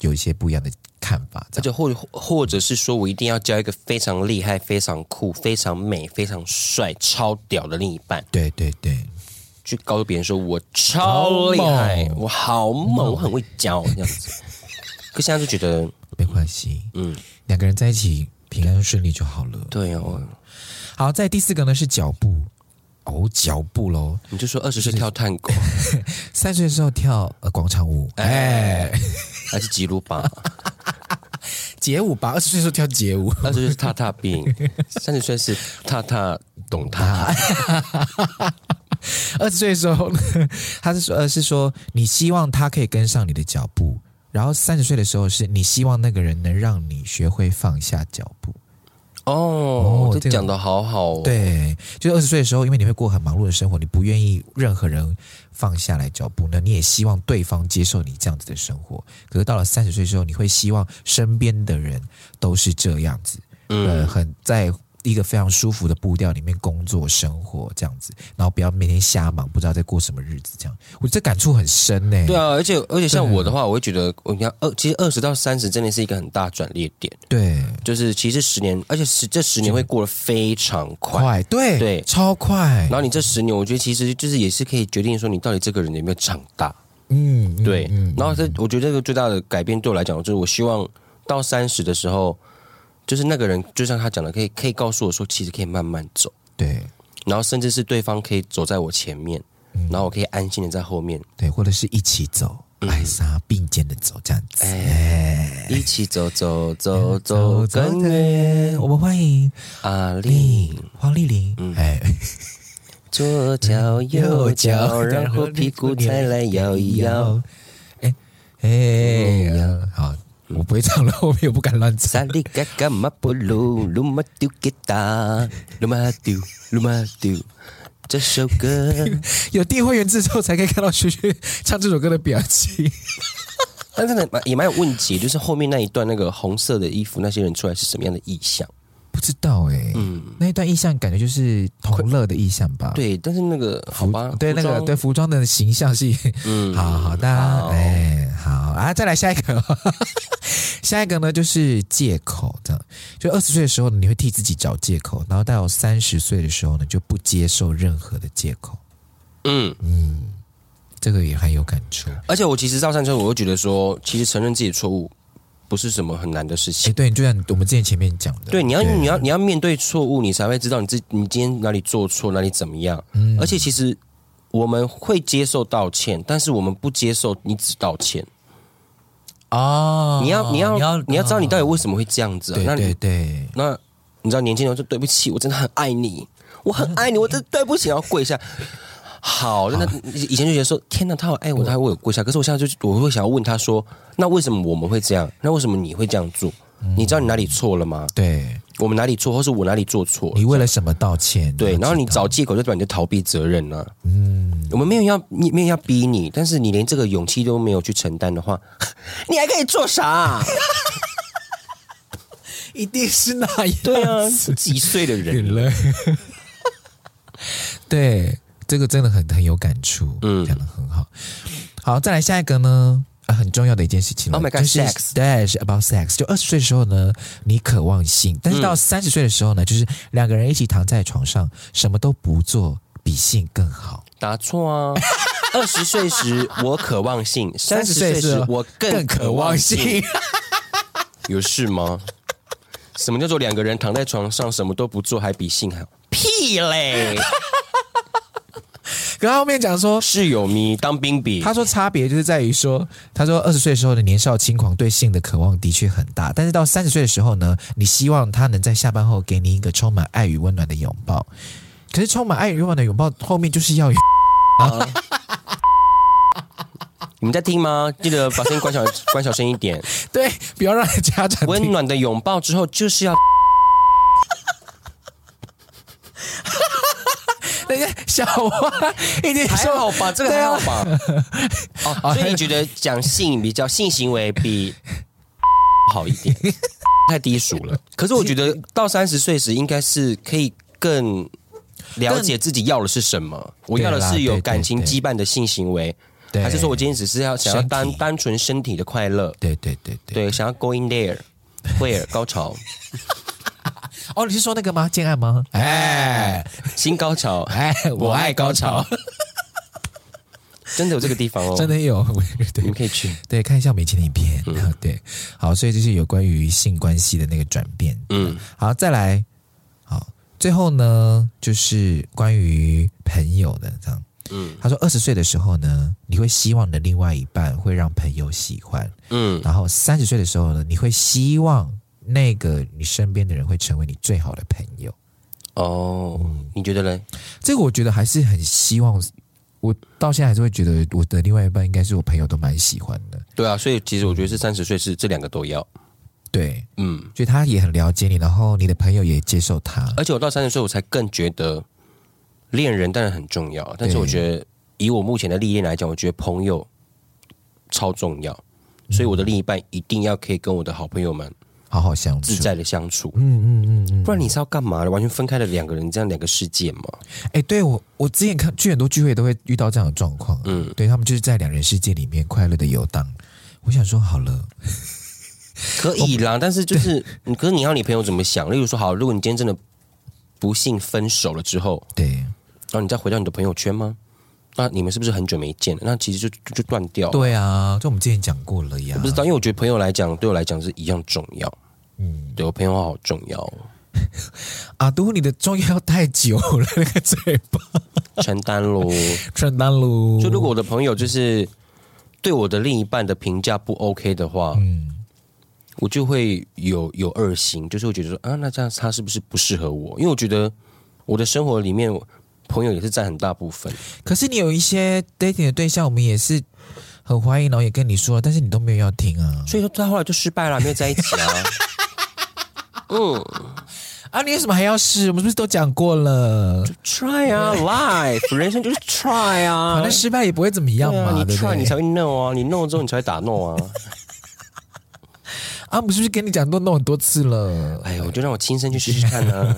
Speaker 2: 有一些不一样的看法，这
Speaker 1: 而
Speaker 2: 样
Speaker 1: 且或或者是说我一定要交一个非常厉害、非常酷、非常美、非常帅、超屌的另一半，
Speaker 2: 对对对，
Speaker 1: 去告诉别人说我超厉害
Speaker 2: 好，猛
Speaker 1: 我好猛，我很会教这样 子。可现在就觉得，
Speaker 2: 没关系，
Speaker 1: 嗯，
Speaker 2: 两个人在一起平安顺利就好了。
Speaker 1: 对哦，
Speaker 2: 好，在第四个呢是脚步，哦，脚步喽。
Speaker 1: 你就说二十岁跳探戈
Speaker 2: 三岁的时候跳呃广场舞，哎，
Speaker 1: 还是吉鲁巴，
Speaker 2: 街舞吧。二十岁的时候跳街舞，
Speaker 1: 二十岁是踏踏病，三十岁是踏踏懂踏，
Speaker 2: 二十岁的时候呢， 他是说呃是说你希望他可以跟上你的脚步，然后三十岁的时候是你希望那个人能让你学会放下脚步。
Speaker 1: 哦
Speaker 2: 哦，这
Speaker 1: 这
Speaker 2: 个
Speaker 1: 讲的好好哦，
Speaker 2: 对，就是二十岁的时候，因为你会过很忙碌的生活，你不愿意任何人放下来脚步呢，你也希望对方接受你这样子的生活。可是到了三十岁之后，你会希望身边的人都是这样子，
Speaker 1: 嗯
Speaker 2: 呃，很在一个非常舒服的步调里面工作生活这样子，然后不要每天瞎忙，不知道在过什么日子这样。我这感触很深呢、
Speaker 1: 对啊，而且而且像
Speaker 2: 对
Speaker 1: 我的话，我会觉得，我你看二，其实二十到三十真的是一个很大的转捩点。
Speaker 2: 对，
Speaker 1: 就是其实十年，而且十这十年会过得非常快。
Speaker 2: 快，对
Speaker 1: 对
Speaker 2: 超快
Speaker 1: 然。后你这十年，我觉得其实就是也是可以决定说你到底这个人有没有长大。
Speaker 2: 嗯，嗯
Speaker 1: 对，然后这我觉得这个最大的改变对我来讲，就是我希望到三十的时候，就是那个人就像他讲的，可以可以告诉我说，其实可以慢慢走，
Speaker 2: 对
Speaker 1: 然后甚至是对方可以走在我前面，
Speaker 2: 嗯
Speaker 1: 然后我可以安心的在后面，
Speaker 2: 对，或者是一起走，
Speaker 1: 嗯
Speaker 2: 爱莎并肩的走这样子。
Speaker 1: 一起走走走
Speaker 2: 走
Speaker 1: 走更远。
Speaker 2: 远，我们欢迎
Speaker 1: 阿丽
Speaker 2: 丽，黄丽玲。哎，
Speaker 1: 左脚右脚，然后屁股再来摇一摇。。
Speaker 2: 哎哎，好，我不会唱了，后面我不敢乱 唱。
Speaker 1: 萨利嘎嘎马布鲁鲁马丢给达鲁马丢鲁马丢，这首歌
Speaker 2: 有订会员制之后，才可以看到学学唱这首歌的表情。
Speaker 1: 但真的蛮也蛮有问题，就是后面那一段那个红色的衣服那些人出来是什么样的意象？
Speaker 2: 不知道哎，
Speaker 1: 嗯，
Speaker 2: 那一段意象感觉就是同乐的意象吧？，
Speaker 1: 对，但是那个好吧，
Speaker 2: 对，
Speaker 1: 服
Speaker 2: 那
Speaker 1: 装
Speaker 2: 个对，服装的形象是
Speaker 1: 嗯
Speaker 2: 好好的啊，
Speaker 1: 好
Speaker 2: 哎，好啊，再来下一个， 下一个呢就是借口，这样就二十岁的时候呢，你会替自己找借口，然后到三十岁的时候呢，就不接受任何的借口，
Speaker 1: 嗯，
Speaker 2: 这个也很有感触。
Speaker 1: 而且我其实到三十岁，我会觉得说，其实承认自己的错误不是什么很难的事
Speaker 2: 哎，
Speaker 1: 情。
Speaker 2: 对，就像我们之前前面讲的，
Speaker 1: 对，你要你要你要面对错误，你才会知道你自你今天哪里做错，哪里怎么样。
Speaker 2: 嗯
Speaker 1: 而且其实我们会接受道歉，但是我们不接受你只道歉。
Speaker 2: 哦，
Speaker 1: 你要你要你要知道你到底为什么会这样子、啊。
Speaker 2: 对
Speaker 1: 那
Speaker 2: 对
Speaker 1: 你
Speaker 2: 对，
Speaker 1: 那你知道年轻人说对不起，我真的很爱你，我很爱你，我真的对不起，然后跪下。好，那那以前就觉得说天哪，他好爱我，他为我跪下。可是我现在就我会想要问他说，那为什么我们会这样？那为什么你会这样做？
Speaker 2: 嗯
Speaker 1: 你知道你哪里错了吗？
Speaker 2: 对
Speaker 1: 我们哪里错，或是我哪里做错了？
Speaker 2: 你为了什么道歉？
Speaker 1: 对，
Speaker 2: 要
Speaker 1: 然后你
Speaker 2: 知道
Speaker 1: 找借口就代表你就逃避责任了、嗯，我们没有要没没有要逼你，但是你连这个勇气都没有去承担的话， 你还可以做啥、
Speaker 2: 一定是那样，
Speaker 1: 对啊，几岁的人，
Speaker 2: 眼泪。 对，这个真的很很有感触，嗯，
Speaker 1: 嗯
Speaker 2: 讲的很好。好，再来下一个呢，啊，很重要的一件事情了
Speaker 1: Oh my god，
Speaker 2: 就是
Speaker 1: sex
Speaker 2: dash about sex。就二十岁的时候呢，你渴望性，但是
Speaker 1: 嗯
Speaker 2: 到三十岁的时候呢，就是两个人一起躺在床上，什么都不做，比性更好。
Speaker 1: 答错啊！ 二十岁时我渴望性，三十岁
Speaker 2: 30
Speaker 1: 时我更渴望性，
Speaker 2: 更
Speaker 1: 有事吗？什么叫做两个人躺在床上什么都不做还比性好？屁屁嘞！
Speaker 2: 可他后面讲说，
Speaker 1: 室友迷当兵比，
Speaker 2: 他说差别就是在于说，他说二十岁的时候的年少轻狂对性的渴望的确很大，但是到三十岁的时候呢，你希望他能在下班后给你一个充满爱与温暖的拥抱。可是充满爱与温暖的拥抱后面就是要有
Speaker 1: 啊你们在听吗？记得把声音关小关小声一 点。
Speaker 2: 对，不要让家长
Speaker 1: 温
Speaker 2: 听。
Speaker 1: 暖的拥抱之后就是要
Speaker 2: 等一下，小花一定
Speaker 1: 还
Speaker 2: 说
Speaker 1: 好 吧，这个还
Speaker 2: 啊
Speaker 1: 好吧。哦，所以你觉得讲性比较性行为比 好一点，太低俗了。可是我觉得到三十岁时，应该是可以更了解自己要的是什么。我要的
Speaker 2: 对啦
Speaker 1: 是有
Speaker 2: 对对
Speaker 1: 感情
Speaker 2: 对
Speaker 1: 羁绊的性行为，
Speaker 2: 对
Speaker 1: 还是说我今天只是要想要单
Speaker 2: 身体
Speaker 1: 单纯身体的快乐？
Speaker 2: 对对对对。
Speaker 1: 对，想要 go in there。where 高潮，
Speaker 2: 哦，你是说那个吗？建案吗？ 哎
Speaker 1: 新高潮，
Speaker 2: 哎，
Speaker 1: 哦
Speaker 2: 我爱高潮，
Speaker 1: 真的有这个地方哦，
Speaker 2: 真，的有。
Speaker 1: 你
Speaker 2: 对
Speaker 1: 们可以去。
Speaker 2: 对，看一下我们以前的影片。
Speaker 1: 嗯
Speaker 2: 对，好，所以这是有关于性关系的那个转变。
Speaker 1: 嗯，
Speaker 2: 好，再来，好，最后呢，就是关于朋友的这样。
Speaker 1: 嗯
Speaker 2: 嗯，他说二十岁的时候呢，你会希望你的另外一半会让朋友喜欢，
Speaker 1: 嗯，
Speaker 2: 然后三十岁的时候呢，你会希望那个你身边的人会成为你最好的朋友。
Speaker 1: 哦，你觉得嘞？
Speaker 2: 这个我觉得还是很希望，我到现在还是会觉得我的另外一半应该是我朋友都蛮喜欢的，
Speaker 1: 对啊，所以其实我觉得是三十岁是这两个都要，
Speaker 2: 对，
Speaker 1: 嗯，
Speaker 2: 就他也很了解你，然后你的朋友也接受他，
Speaker 1: 而且我到三十岁我才更觉得恋人当然很重要，啊但是我觉得以我目前的历练来讲，我觉得朋友超重要，所以我的另一半一定要可以跟我的好朋友们
Speaker 2: 好好相处
Speaker 1: 自。在的相处，
Speaker 2: 嗯嗯嗯嗯，
Speaker 1: 不然你是要干嘛的？完全分开了两个人这样两个世界嘛？
Speaker 2: 哎、对我我之前看去很多聚会都会遇到这样的状况，啊
Speaker 1: 嗯，
Speaker 2: 对他们就是在两人世界里面快乐的游荡。我想说好了，
Speaker 1: 可以
Speaker 2: 哦
Speaker 1: 啦，但是就是，你可是你要你朋友怎么想？例如说，好，如果你今天真的不幸分手了之后，
Speaker 2: 对
Speaker 1: 然后你再回到你的朋友圈吗？那你们是不是很久没见了？那其实就就就断掉了。
Speaker 2: 对啊，就我们之前讲过了呀，
Speaker 1: 哦我不知道，因为我觉得朋友来讲，对我来讲是一样重要。嗯，对我朋友好重要哦，
Speaker 2: 阿都啊你的中药太久了，那个嘴巴
Speaker 1: 承担 喽。
Speaker 2: 承担喽。
Speaker 1: 就如果我的朋友就是对我的另一半的评价不 OK 的话，
Speaker 2: 嗯，
Speaker 1: 我就会有有二心，就是会觉得说啊，那这样他是不是不适合我？因为我觉得我的生活里面，朋友也是占很大部分。
Speaker 2: 可是你有一些 dating 的对象，我们也是很怀疑，然后也跟你说了，但是你都没有要听啊。
Speaker 1: 所以说他后来就失败了，没有在一起啊。嗯
Speaker 2: 啊，你为什么还要试？我们是不是都讲过了？
Speaker 1: ，try 啊，life 人生就是 try 啊，
Speaker 2: 反正失败也不会怎么样
Speaker 1: 对啊
Speaker 2: 嘛，
Speaker 1: 你
Speaker 2: 对不
Speaker 1: try 你才
Speaker 2: 对？
Speaker 1: 会 know 啊，你 know 之后你才会打 no 啊。
Speaker 2: 啊，我们是不是跟你讲都弄很多次了？
Speaker 1: 哎呀，我就让我亲身去试试看啊，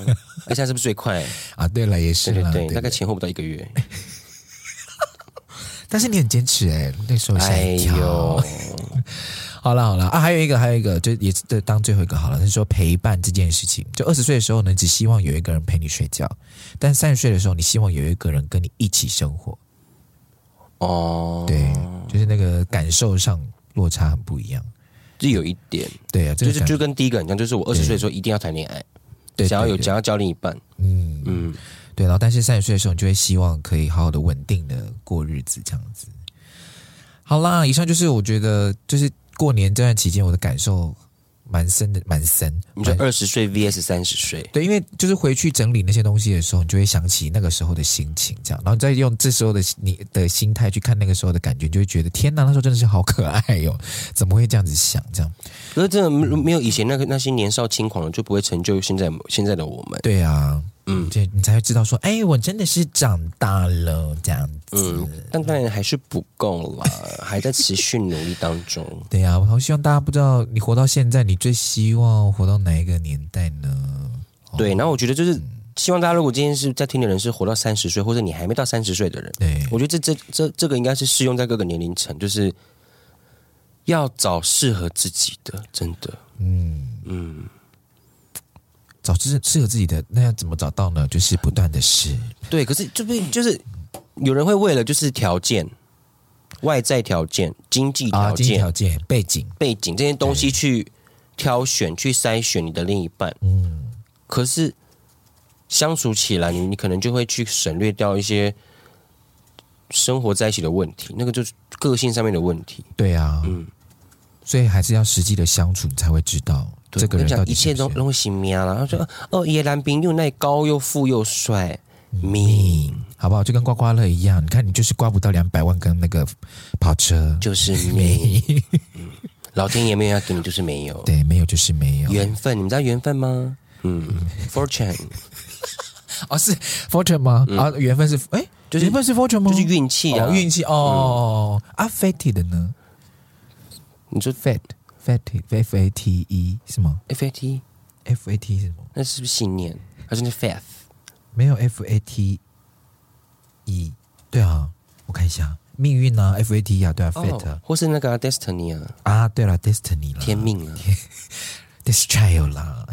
Speaker 1: 而且是不是最快？
Speaker 2: 啊，对了，也 是
Speaker 1: 对
Speaker 2: 啦，
Speaker 1: 对对，
Speaker 2: 对哎
Speaker 1: 大概前后不到一个月。
Speaker 2: 但是你很坚持哎、那时候吓
Speaker 1: 哎
Speaker 2: 一跳。
Speaker 1: 呦，
Speaker 2: 好了好了啊，还有一个还有一个，就也是对当最后一个好了，就是说陪伴这件事情。就二十岁的时候呢，只希望有一个人陪你睡觉，但三十岁的时候，你希望有一个人跟你一起生活。
Speaker 1: 哦，
Speaker 2: 对，就是那个感受上落差很不一样。
Speaker 1: 这有一点，
Speaker 2: 对啊，
Speaker 1: 就
Speaker 2: 这个
Speaker 1: 是
Speaker 2: 感
Speaker 1: 就跟第一个很像，就是我二十岁的时候一定要谈恋爱，
Speaker 2: 对
Speaker 1: 想要有
Speaker 2: 对
Speaker 1: 想要交另一半。
Speaker 2: 嗯
Speaker 1: 嗯，
Speaker 2: 对，然后但是三十岁的时候，你就会希望可以好好的稳定的过日子这样子。好啦，以上就是我觉得就是过年这段期间我的感受蛮深的，蛮深。
Speaker 1: 你说
Speaker 2: 蛮
Speaker 1: 二十岁 VS 三十岁，
Speaker 2: 对，因为就是回去整理那些东西的时候，你就会想起那个时候的心情，这样，然后再用这时候的你的心态去看那个时候的感觉，你就会觉得天哪，那时候真的是好可爱哟、怎么会这样子想？这样，
Speaker 1: 可是真的没没有以前那个那些年少轻狂的，就不会成就现在现在的我们。
Speaker 2: 对啊，
Speaker 1: 嗯
Speaker 2: 这你才会知道说，哎，我真的是长大了这样子。
Speaker 1: 嗯，但当然还是不够啦，还在持续努力当中。
Speaker 2: 对啊呀、我好希望大家不知道你活到现在，你最希望活到哪一个年代呢？
Speaker 1: 对，然后我觉得就是希望大家，如果今天是在听的人是活到三十岁，或者你还没到三十岁的人，
Speaker 2: 对，
Speaker 1: 我觉得这这这这个应该是适用在各个年龄层，就是要找适合自己的，真的，
Speaker 2: 嗯，
Speaker 1: 嗯，
Speaker 2: 找适适合自己的，那要怎么找到呢？就是不断的试。
Speaker 1: 对。可是这不就是有人会为了就是条件、外在条件、经济
Speaker 2: 啊，
Speaker 1: 条
Speaker 2: 经济
Speaker 1: 件、
Speaker 2: 条件、背景，
Speaker 1: 背景这些东西去挑选、去筛选你的另一半，
Speaker 2: 嗯，
Speaker 1: 可是相处起来，你你可能就会去省略掉一些生活在一起的问题，那个就是个性上面的问题。
Speaker 2: 对啊，
Speaker 1: 嗯，
Speaker 2: 所以还是要实际的相处，你才会知道
Speaker 1: 对
Speaker 2: 这个
Speaker 1: 我跟
Speaker 2: 人
Speaker 1: 你
Speaker 2: 到
Speaker 1: 讲，
Speaker 2: 底
Speaker 1: 一切
Speaker 2: 是
Speaker 1: 都
Speaker 2: 不是。
Speaker 1: 都会行命啦。他说哦，叶兰冰又那高又富又帅，
Speaker 2: 嗯
Speaker 1: 命
Speaker 2: 好不好？就跟刮刮乐一样，你看你就是刮不到两百万跟那个跑车，
Speaker 1: 就是命，嗯老天爷没有要给你，就是没有
Speaker 2: 对，没有就是没有。
Speaker 1: 缘分。你们知道缘分吗？嗯，fortune
Speaker 2: 哦，是 fortune 吗？啊，缘分是哎，
Speaker 1: 嗯就是
Speaker 2: 缘分是 fortune 吗？
Speaker 1: 就是运气啊，嗯
Speaker 2: 哦，运气哦。啊，fatty 的呢
Speaker 1: 你说
Speaker 2: ？fat fatty f a t e 是吗
Speaker 1: F A T
Speaker 2: ？f a t E 是什么？
Speaker 1: 那是不是信念？还是那 faith？
Speaker 2: 没有 f a t e，对啊，我看一下命运啊，f a t 啊，对啊，fat
Speaker 1: 哦，或是那个啊 destiny 啊，
Speaker 2: 啊，对了，destiny 啦
Speaker 1: 天命啊。
Speaker 2: ，this child 啦，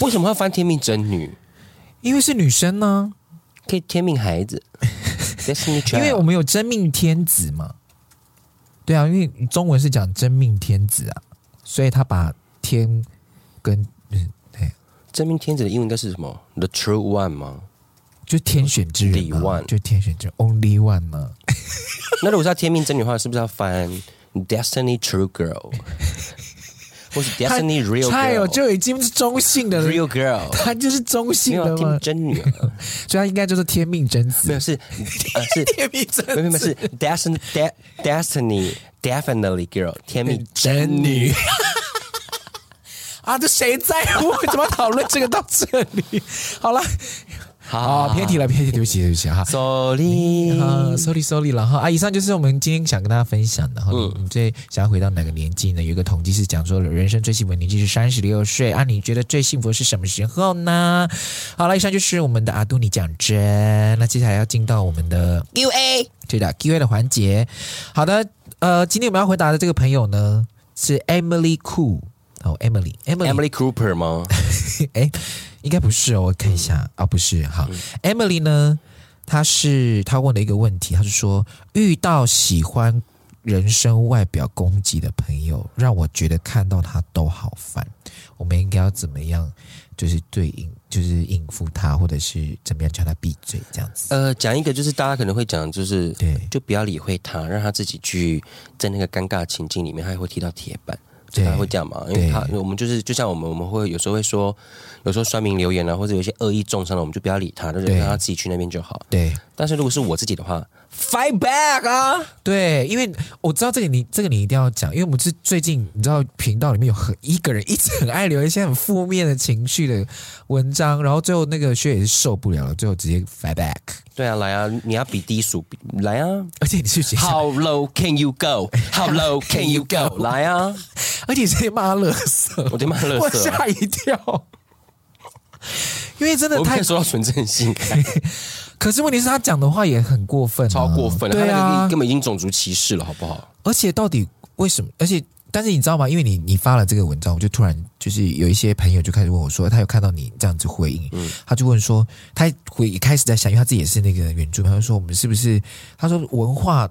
Speaker 1: 为什么要翻天命真女？
Speaker 2: 因为是女生呢，
Speaker 1: 可以天命孩 子 destiny child，
Speaker 2: 因为我们有真命天子嘛，对啊，因为中文是讲真命天子啊，所以他把天跟嗯对，
Speaker 1: 真命天子的英文应该是什么？The true one 吗？
Speaker 2: 就天选之人嘛
Speaker 1: The one
Speaker 2: 就天选之人 only one 啊嘛，
Speaker 1: 那如果是要天命真女的话，是不是要翻 destiny true girl，或是 destiny real
Speaker 2: 哎呦，
Speaker 1: girl？
Speaker 2: 就已经是中性的了。
Speaker 1: real girl，
Speaker 2: 他就是中
Speaker 1: 没
Speaker 2: 性
Speaker 1: 有天
Speaker 2: 的
Speaker 1: 命
Speaker 2: 嘛，
Speaker 1: 真女啊，
Speaker 2: 所以他应该就是天命真
Speaker 1: 没
Speaker 2: 子。
Speaker 1: 有是 呃是。
Speaker 2: 天命真
Speaker 1: 没有没有是 destiny de- destiny definitely girl 天命真女，
Speaker 2: 啊，这谁在乎？ 怎么讨论这个到这里？好了，
Speaker 1: 好
Speaker 2: 好，偏题了，偏题，对不起，对不起哈。
Speaker 1: ，sorry，
Speaker 2: 啊，sorry sorry 了哈啊！以上就是我们今天想跟大家分享的哈。你你最想要回到哪个年纪呢？有一个统计是讲说，人生最幸福的年纪是三十六岁啊。你觉得最幸福的是什么时候呢？好了，以上就是我们的阿杜你讲真。那接下来要进到我们的 Q&A 对的 Q&A 的环节。好的，呃，今天我们要回答的这个朋友呢是 Emily Cool 哦，Emily，Emily
Speaker 1: Emily Cooper 吗？
Speaker 2: 哎，应该不是哦，我看一下啊、不是。好、e m i l y 呢，她是她问了一个问题，她是说遇到喜欢人身外表攻击的朋友，让我觉得看到他都好烦。我们应该要怎么样，就是对应，就是应付他，或者是怎么样叫他闭嘴这样子？
Speaker 1: 呃，讲一个就是大家可能会讲，就是
Speaker 2: 对
Speaker 1: 就不要理会他，让他自己去在那个尴尬情境里面，他也会踢到铁板。
Speaker 2: 对
Speaker 1: 他会这样嘛？因为他我们就是就像我们我们会有时候会说，有时候酸民留言啊，或者有一些恶意重伤的，我们就不要理他，就是
Speaker 2: 对
Speaker 1: 让他自己去那边就好。
Speaker 2: 对
Speaker 1: 但是如果是我自己的话，fight back 啊！
Speaker 2: 对，因为我知道这个你这个你一定要讲，因为我们是最近你知道频道里面有很一个人一直很爱留一些很负面的情绪的文章，然后最后那个薛也是受不了了，最后直接 fight back，
Speaker 1: 对啊，来啊！你要比低俗，比来啊
Speaker 2: 而且你是学校，
Speaker 1: ！How low can you go? How low can you go? 来啊！
Speaker 2: 而且是骂乐色，
Speaker 1: 我就骂垃圾
Speaker 2: 我吓一跳，因为真的
Speaker 1: 啊我
Speaker 2: 太啊
Speaker 1: 没有，说到纯正 性，
Speaker 2: 可是问题是他讲的话也很过分、啊
Speaker 1: 超过分了，
Speaker 2: 对
Speaker 1: 他那
Speaker 2: 啊
Speaker 1: 个，根本已经种族歧视了，好不好？
Speaker 2: 而且到底为什么？而且，但是你知道吗？因为你你发了这个文章，我就突然就是有一些朋友就开始问我说，他有看到你这样子回应，
Speaker 1: 嗯
Speaker 2: 他就问说，他回一开始在想，因为他自己也是那个原著，他就说我们是不是？他说文化。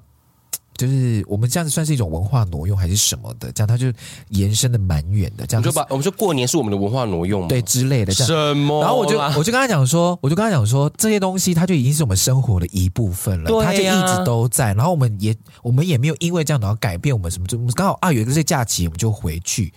Speaker 2: 就是我们这样子算是一种文化挪用还是什么的？这样他就延伸的蛮远的，
Speaker 1: 我
Speaker 2: 这
Speaker 1: 们
Speaker 2: 样
Speaker 1: 就把我们说过年是我们的文化挪用嘛，
Speaker 2: 对之类的这样。
Speaker 1: 什么啦？
Speaker 2: 然后我就我就跟他讲说，我就跟他讲说，这些东西它就已经是我们生活的一部分了，
Speaker 1: 对
Speaker 2: 它就
Speaker 1: 呀
Speaker 2: 一直都在。然后我们也我们也没有因为这样然后改变我们什么，就我们刚好啊有一个这假期我们就回去，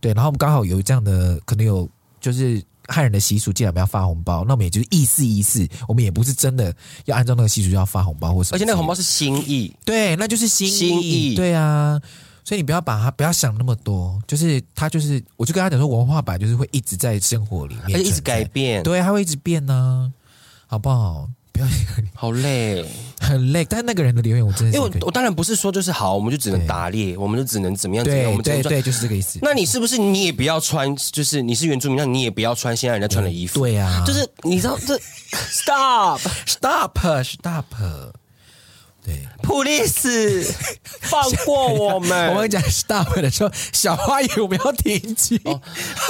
Speaker 2: 对，然后我们刚好有这样的可能有就是。汉人的习俗，既然我们要发红包，那我们也就是意思意思，我们也不是真的要按照那个习俗就要发红包或什么。
Speaker 1: 而且那个哦红包是心意，
Speaker 2: 对，那就是心意，
Speaker 1: 心意
Speaker 2: 对啊。所以你不要把它不要想那么多，就是它就是，我就跟他讲说，文化版就是会一直在生活里
Speaker 1: 而
Speaker 2: 面，
Speaker 1: 且一直改，变，
Speaker 2: 对，它会一直变呢、好不好？不要
Speaker 1: 好累。
Speaker 2: 很累，但那个人的留言我真
Speaker 1: 因
Speaker 2: 的
Speaker 1: 为
Speaker 2: 是
Speaker 1: 我
Speaker 2: 可以，
Speaker 1: 我当然不是说就是好，我们就只能打猎，我们就只能怎么样怎么样，我
Speaker 2: 对
Speaker 1: 们只能
Speaker 2: 对
Speaker 1: 穿。
Speaker 2: 对，就是这个意思。
Speaker 1: 那你是不是你也不要穿？就是你是原住民，那你也不要穿现在人家穿的衣服。
Speaker 2: 对啊，
Speaker 1: 就是你知道这 ，stop
Speaker 2: stop stop，对，
Speaker 1: police，放过我们。
Speaker 2: 我们讲 stop 的时候，小花语我们要停机。
Speaker 1: 哦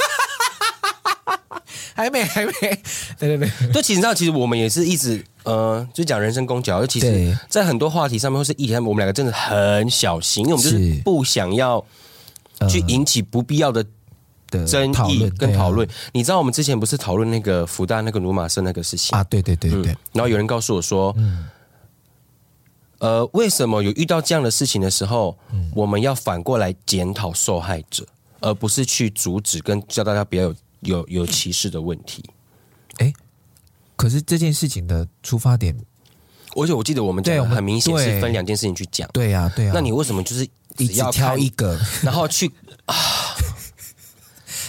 Speaker 2: 还没，还没，对对对，
Speaker 1: 对，其实你知道，其实我们也是一直，呃，就讲人身攻击啊，就其
Speaker 2: 对
Speaker 1: 实，在很多话题上面或是议题上面，我们两个真的很小心，因为我们就是
Speaker 2: 是
Speaker 1: 不想要去引起不必要的
Speaker 2: 的
Speaker 1: 争
Speaker 2: 呃讨
Speaker 1: 议
Speaker 2: 论
Speaker 1: 跟
Speaker 2: 对啊
Speaker 1: 讨论。你知道我们之前不是讨论那个福大那个鲁马社那个事情？
Speaker 2: 啊，嗯对对对对，
Speaker 1: 嗯，然后有人告诉我说，呃，为什么有遇到这样的事情的时候，
Speaker 2: 嗯
Speaker 1: 我们要反过来检讨受害者，而不是去阻止跟教大家不要有有有歧视的问题？
Speaker 2: 可是这件事情的出发点，
Speaker 1: 而且我记得我们讲
Speaker 2: 对
Speaker 1: 的
Speaker 2: 我们
Speaker 1: 很明显是
Speaker 2: 对
Speaker 1: 分两件事情去讲，
Speaker 2: 对呀、对呀、啊
Speaker 1: 那你为什么就是
Speaker 2: 一
Speaker 1: 只
Speaker 2: 直
Speaker 1: 要
Speaker 2: 挑
Speaker 1: 看
Speaker 2: 一，个，
Speaker 1: 然后去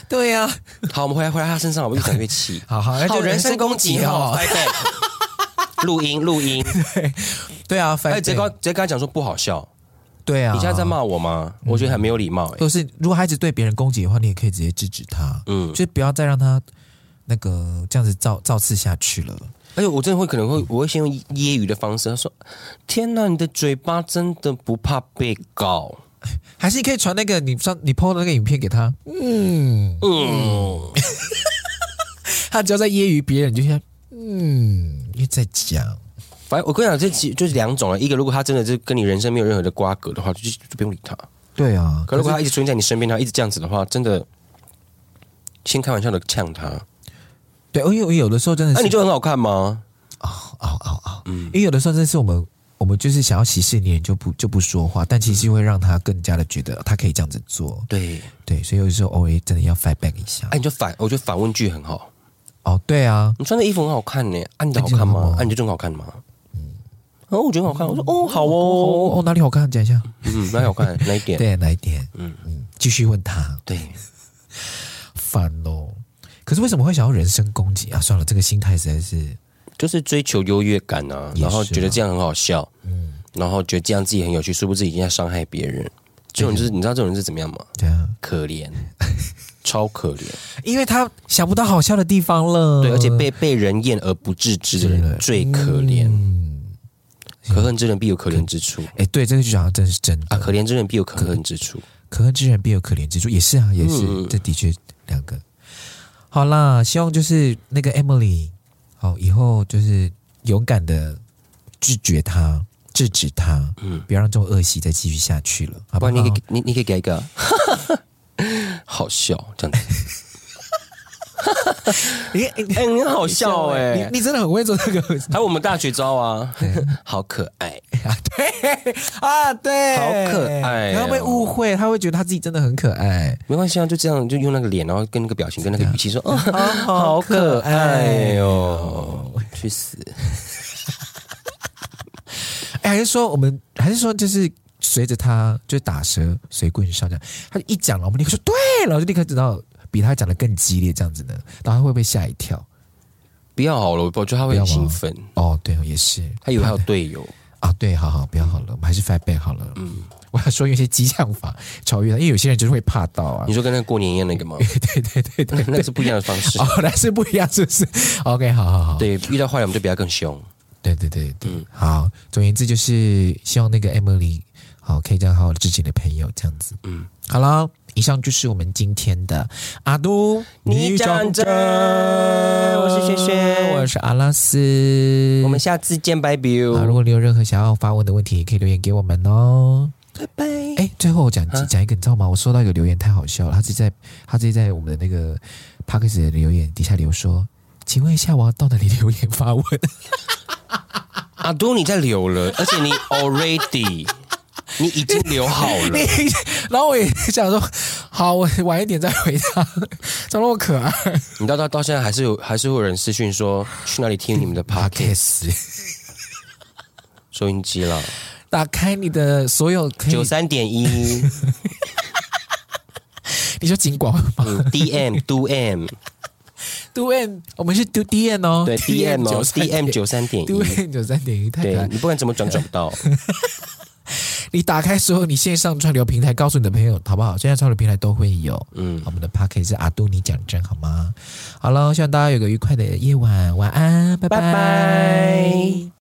Speaker 2: 对啊呀、
Speaker 1: 好，我们回来回来他身上，我们越讲越气
Speaker 2: ，好好，那就
Speaker 1: 好人身攻击哦，拜拜。 录音录音，
Speaker 2: 对啊，
Speaker 1: 哎，
Speaker 2: 反
Speaker 1: 直接
Speaker 2: 正
Speaker 1: 跟他直接跟他讲说不好笑，
Speaker 2: 对啊，嗯
Speaker 1: 你现在在骂我吗？我觉得很没有礼貌，哎
Speaker 2: 就是如果孩子对别人攻击的话，你也可以直接制止他，
Speaker 1: 嗯，
Speaker 2: 就不要再让他那个这样子造造次下去了。
Speaker 1: 而且我真的会可能会，我会先用揶揄的方式，他说：“天哪，你的嘴巴真的不怕被告
Speaker 2: 还是你可以传那个你上你 PO 的那个影片给他，？”
Speaker 1: 嗯，
Speaker 2: 他只要在揶揄别人，你就像嗯，又在讲，
Speaker 1: 反正我跟你讲，这其就是两种啊。一个如果他真的就跟你人生没有任何的瓜葛的话，就就就不用理他。
Speaker 2: 对啊，
Speaker 1: 可如果他一直出现在你身边，他一直这样子的话，真的先开玩笑的呛他，
Speaker 2: 对，因为因为有的时候真的
Speaker 1: 那、
Speaker 2: 是
Speaker 1: 你就很好看吗？
Speaker 2: 哦哦哦，因为有的时候真的是我们。我们就是想要息事宁人，就不就不说话，但其实会让他更加的觉得他可以这样子做，
Speaker 1: 对，
Speaker 2: 对，所以有时候偶尔真的要 fight back 一下
Speaker 1: 哎、。你就反，我觉得反问句很好。
Speaker 2: 哦，对啊，
Speaker 1: 你穿的衣服很好看呢、啊，你的好看
Speaker 2: 哎那真的
Speaker 1: 吗
Speaker 2: 吗？
Speaker 1: 啊，你就真的好看吗？嗯，哦，我觉得很好看。我说哦，好
Speaker 2: 哦
Speaker 1: 哦，
Speaker 2: 哦，哪里好看？讲一下。
Speaker 1: 嗯，蛮好 看，哪一点？
Speaker 2: 对，哪一点？嗯嗯，继续问他，
Speaker 1: 对，
Speaker 2: 烦哦。可是为什么会想要人身攻击啊？算了，这个心态实在是
Speaker 1: 就是追求优越感啊，
Speaker 2: 也是啊
Speaker 1: 然
Speaker 2: 嗯
Speaker 1: 后觉得这样很好笑，然后觉得这样自己很有趣，殊不知已经在伤害别人。这种就是你知道这种人是怎么样吗？
Speaker 2: 这样，
Speaker 1: 可 怜，超可怜，
Speaker 2: 因为他想不到好笑的地方了。
Speaker 1: 对，而且被被人厌而不自知的
Speaker 2: 是的
Speaker 1: 人最可怜。
Speaker 2: 嗯，
Speaker 1: 可恨之人必有可怜之处
Speaker 2: 哎，对，这个就讲的真是真的。
Speaker 1: 啊，可怜之人必有可恨之处。
Speaker 2: 可恨之人必有可怜之处，也是啊，也是，
Speaker 1: 嗯
Speaker 2: 这的确两个。好啦，希望就是那个 Emily，好，以后就是勇敢的拒绝他，制止他，嗯，不要让这种恶习再继续下去了，好
Speaker 1: 不
Speaker 2: 不好？
Speaker 1: 然你可以给你你可以给一 个，啊好笑这样子。
Speaker 2: 你你
Speaker 1: 哎、你很好笑哎、欸！
Speaker 2: 你你真的很会做这个
Speaker 1: 还有我们大绝招啊，好可爱，
Speaker 2: 啊，对，
Speaker 1: 好可爱哦
Speaker 2: 他会误会，他会觉得他自己真的很可爱，
Speaker 1: 没关系啊，就这样，就用那个脸，然后跟那个表情，跟那个语气说，哦，好可
Speaker 2: 可
Speaker 1: 爱
Speaker 2: 爱
Speaker 1: 哦，去死！
Speaker 2: 哎，还是说我们，还是说就是随着他就打蛇随棍上这样，他一讲了，我们立刻说对，然后就立刻知道比他讲的更激烈这样子呢，然后他会不会吓一跳？
Speaker 1: 不要好了，我觉得他会很兴奋，
Speaker 2: 哦，对哦，也是，
Speaker 1: 嗯他以为他有队友，
Speaker 2: 啊，对，好好，不要好了，我们还是 fight back 好了，嗯。我要说用一些激将法超越他，因为有些人就是会怕到啊
Speaker 1: 你。说跟那个过年一样那个 吗？
Speaker 2: 对 对对对，
Speaker 1: 那个是不一样的方式。
Speaker 2: 哦，那是不一样，是不是？OK，好好好。
Speaker 1: 对，遇到坏人我们就比他更凶。
Speaker 2: 对对对对，
Speaker 1: 嗯
Speaker 2: 好，总而言之就是希望那个 Emily 好可以这样好好的致敬你的朋友这样子，嗯，好了，以上就是我们今天的阿都
Speaker 1: 你讲真我是轩轩
Speaker 2: 我是阿拉斯，
Speaker 1: 我们下次见，拜拜，
Speaker 2: 好，如果你有任何想要发问的问题，也可以留言给我们哦。
Speaker 1: 拜拜。
Speaker 2: 哎，最后我讲
Speaker 1: 啊
Speaker 2: 讲一个，你知道吗？我收到一个留言太好笑了，他直接在他直接在我们的那个 p a c k a g e 的留言底下留说，请问一下，我要到哪里留言发问？
Speaker 1: 阿都你在流了， 而且你 already，你已经流好 了。
Speaker 2: 然后我也想说，好，我晚一点再回他， 怎么那么可爱
Speaker 1: 你到到到现在还是有还是会有人私讯说去哪里听你们的 podcast
Speaker 2: ？Podcast，
Speaker 1: 收音机 啦，
Speaker 2: 打开你的所有可以
Speaker 1: 九，三点一，
Speaker 2: 你说尽管吗
Speaker 1: 嗯，DM Do M，
Speaker 2: ？Do N，我们是 Do D N 哦，
Speaker 1: 对 DM 哦，DM
Speaker 2: 93.1
Speaker 1: 九三点
Speaker 2: Do
Speaker 1: 一，
Speaker 2: N 九三点一，太 可
Speaker 1: 对
Speaker 2: 爱！
Speaker 1: 你不管怎么转转不到，
Speaker 2: 你打开所有你线上串流平台，告诉你的朋友好不好？现在串流平台都会有。
Speaker 1: 嗯，
Speaker 2: 我们的 p a c k a g e 是阿杜，你讲真好吗？好了，希望大家有个愉快的夜晚，晚安，拜
Speaker 1: 拜拜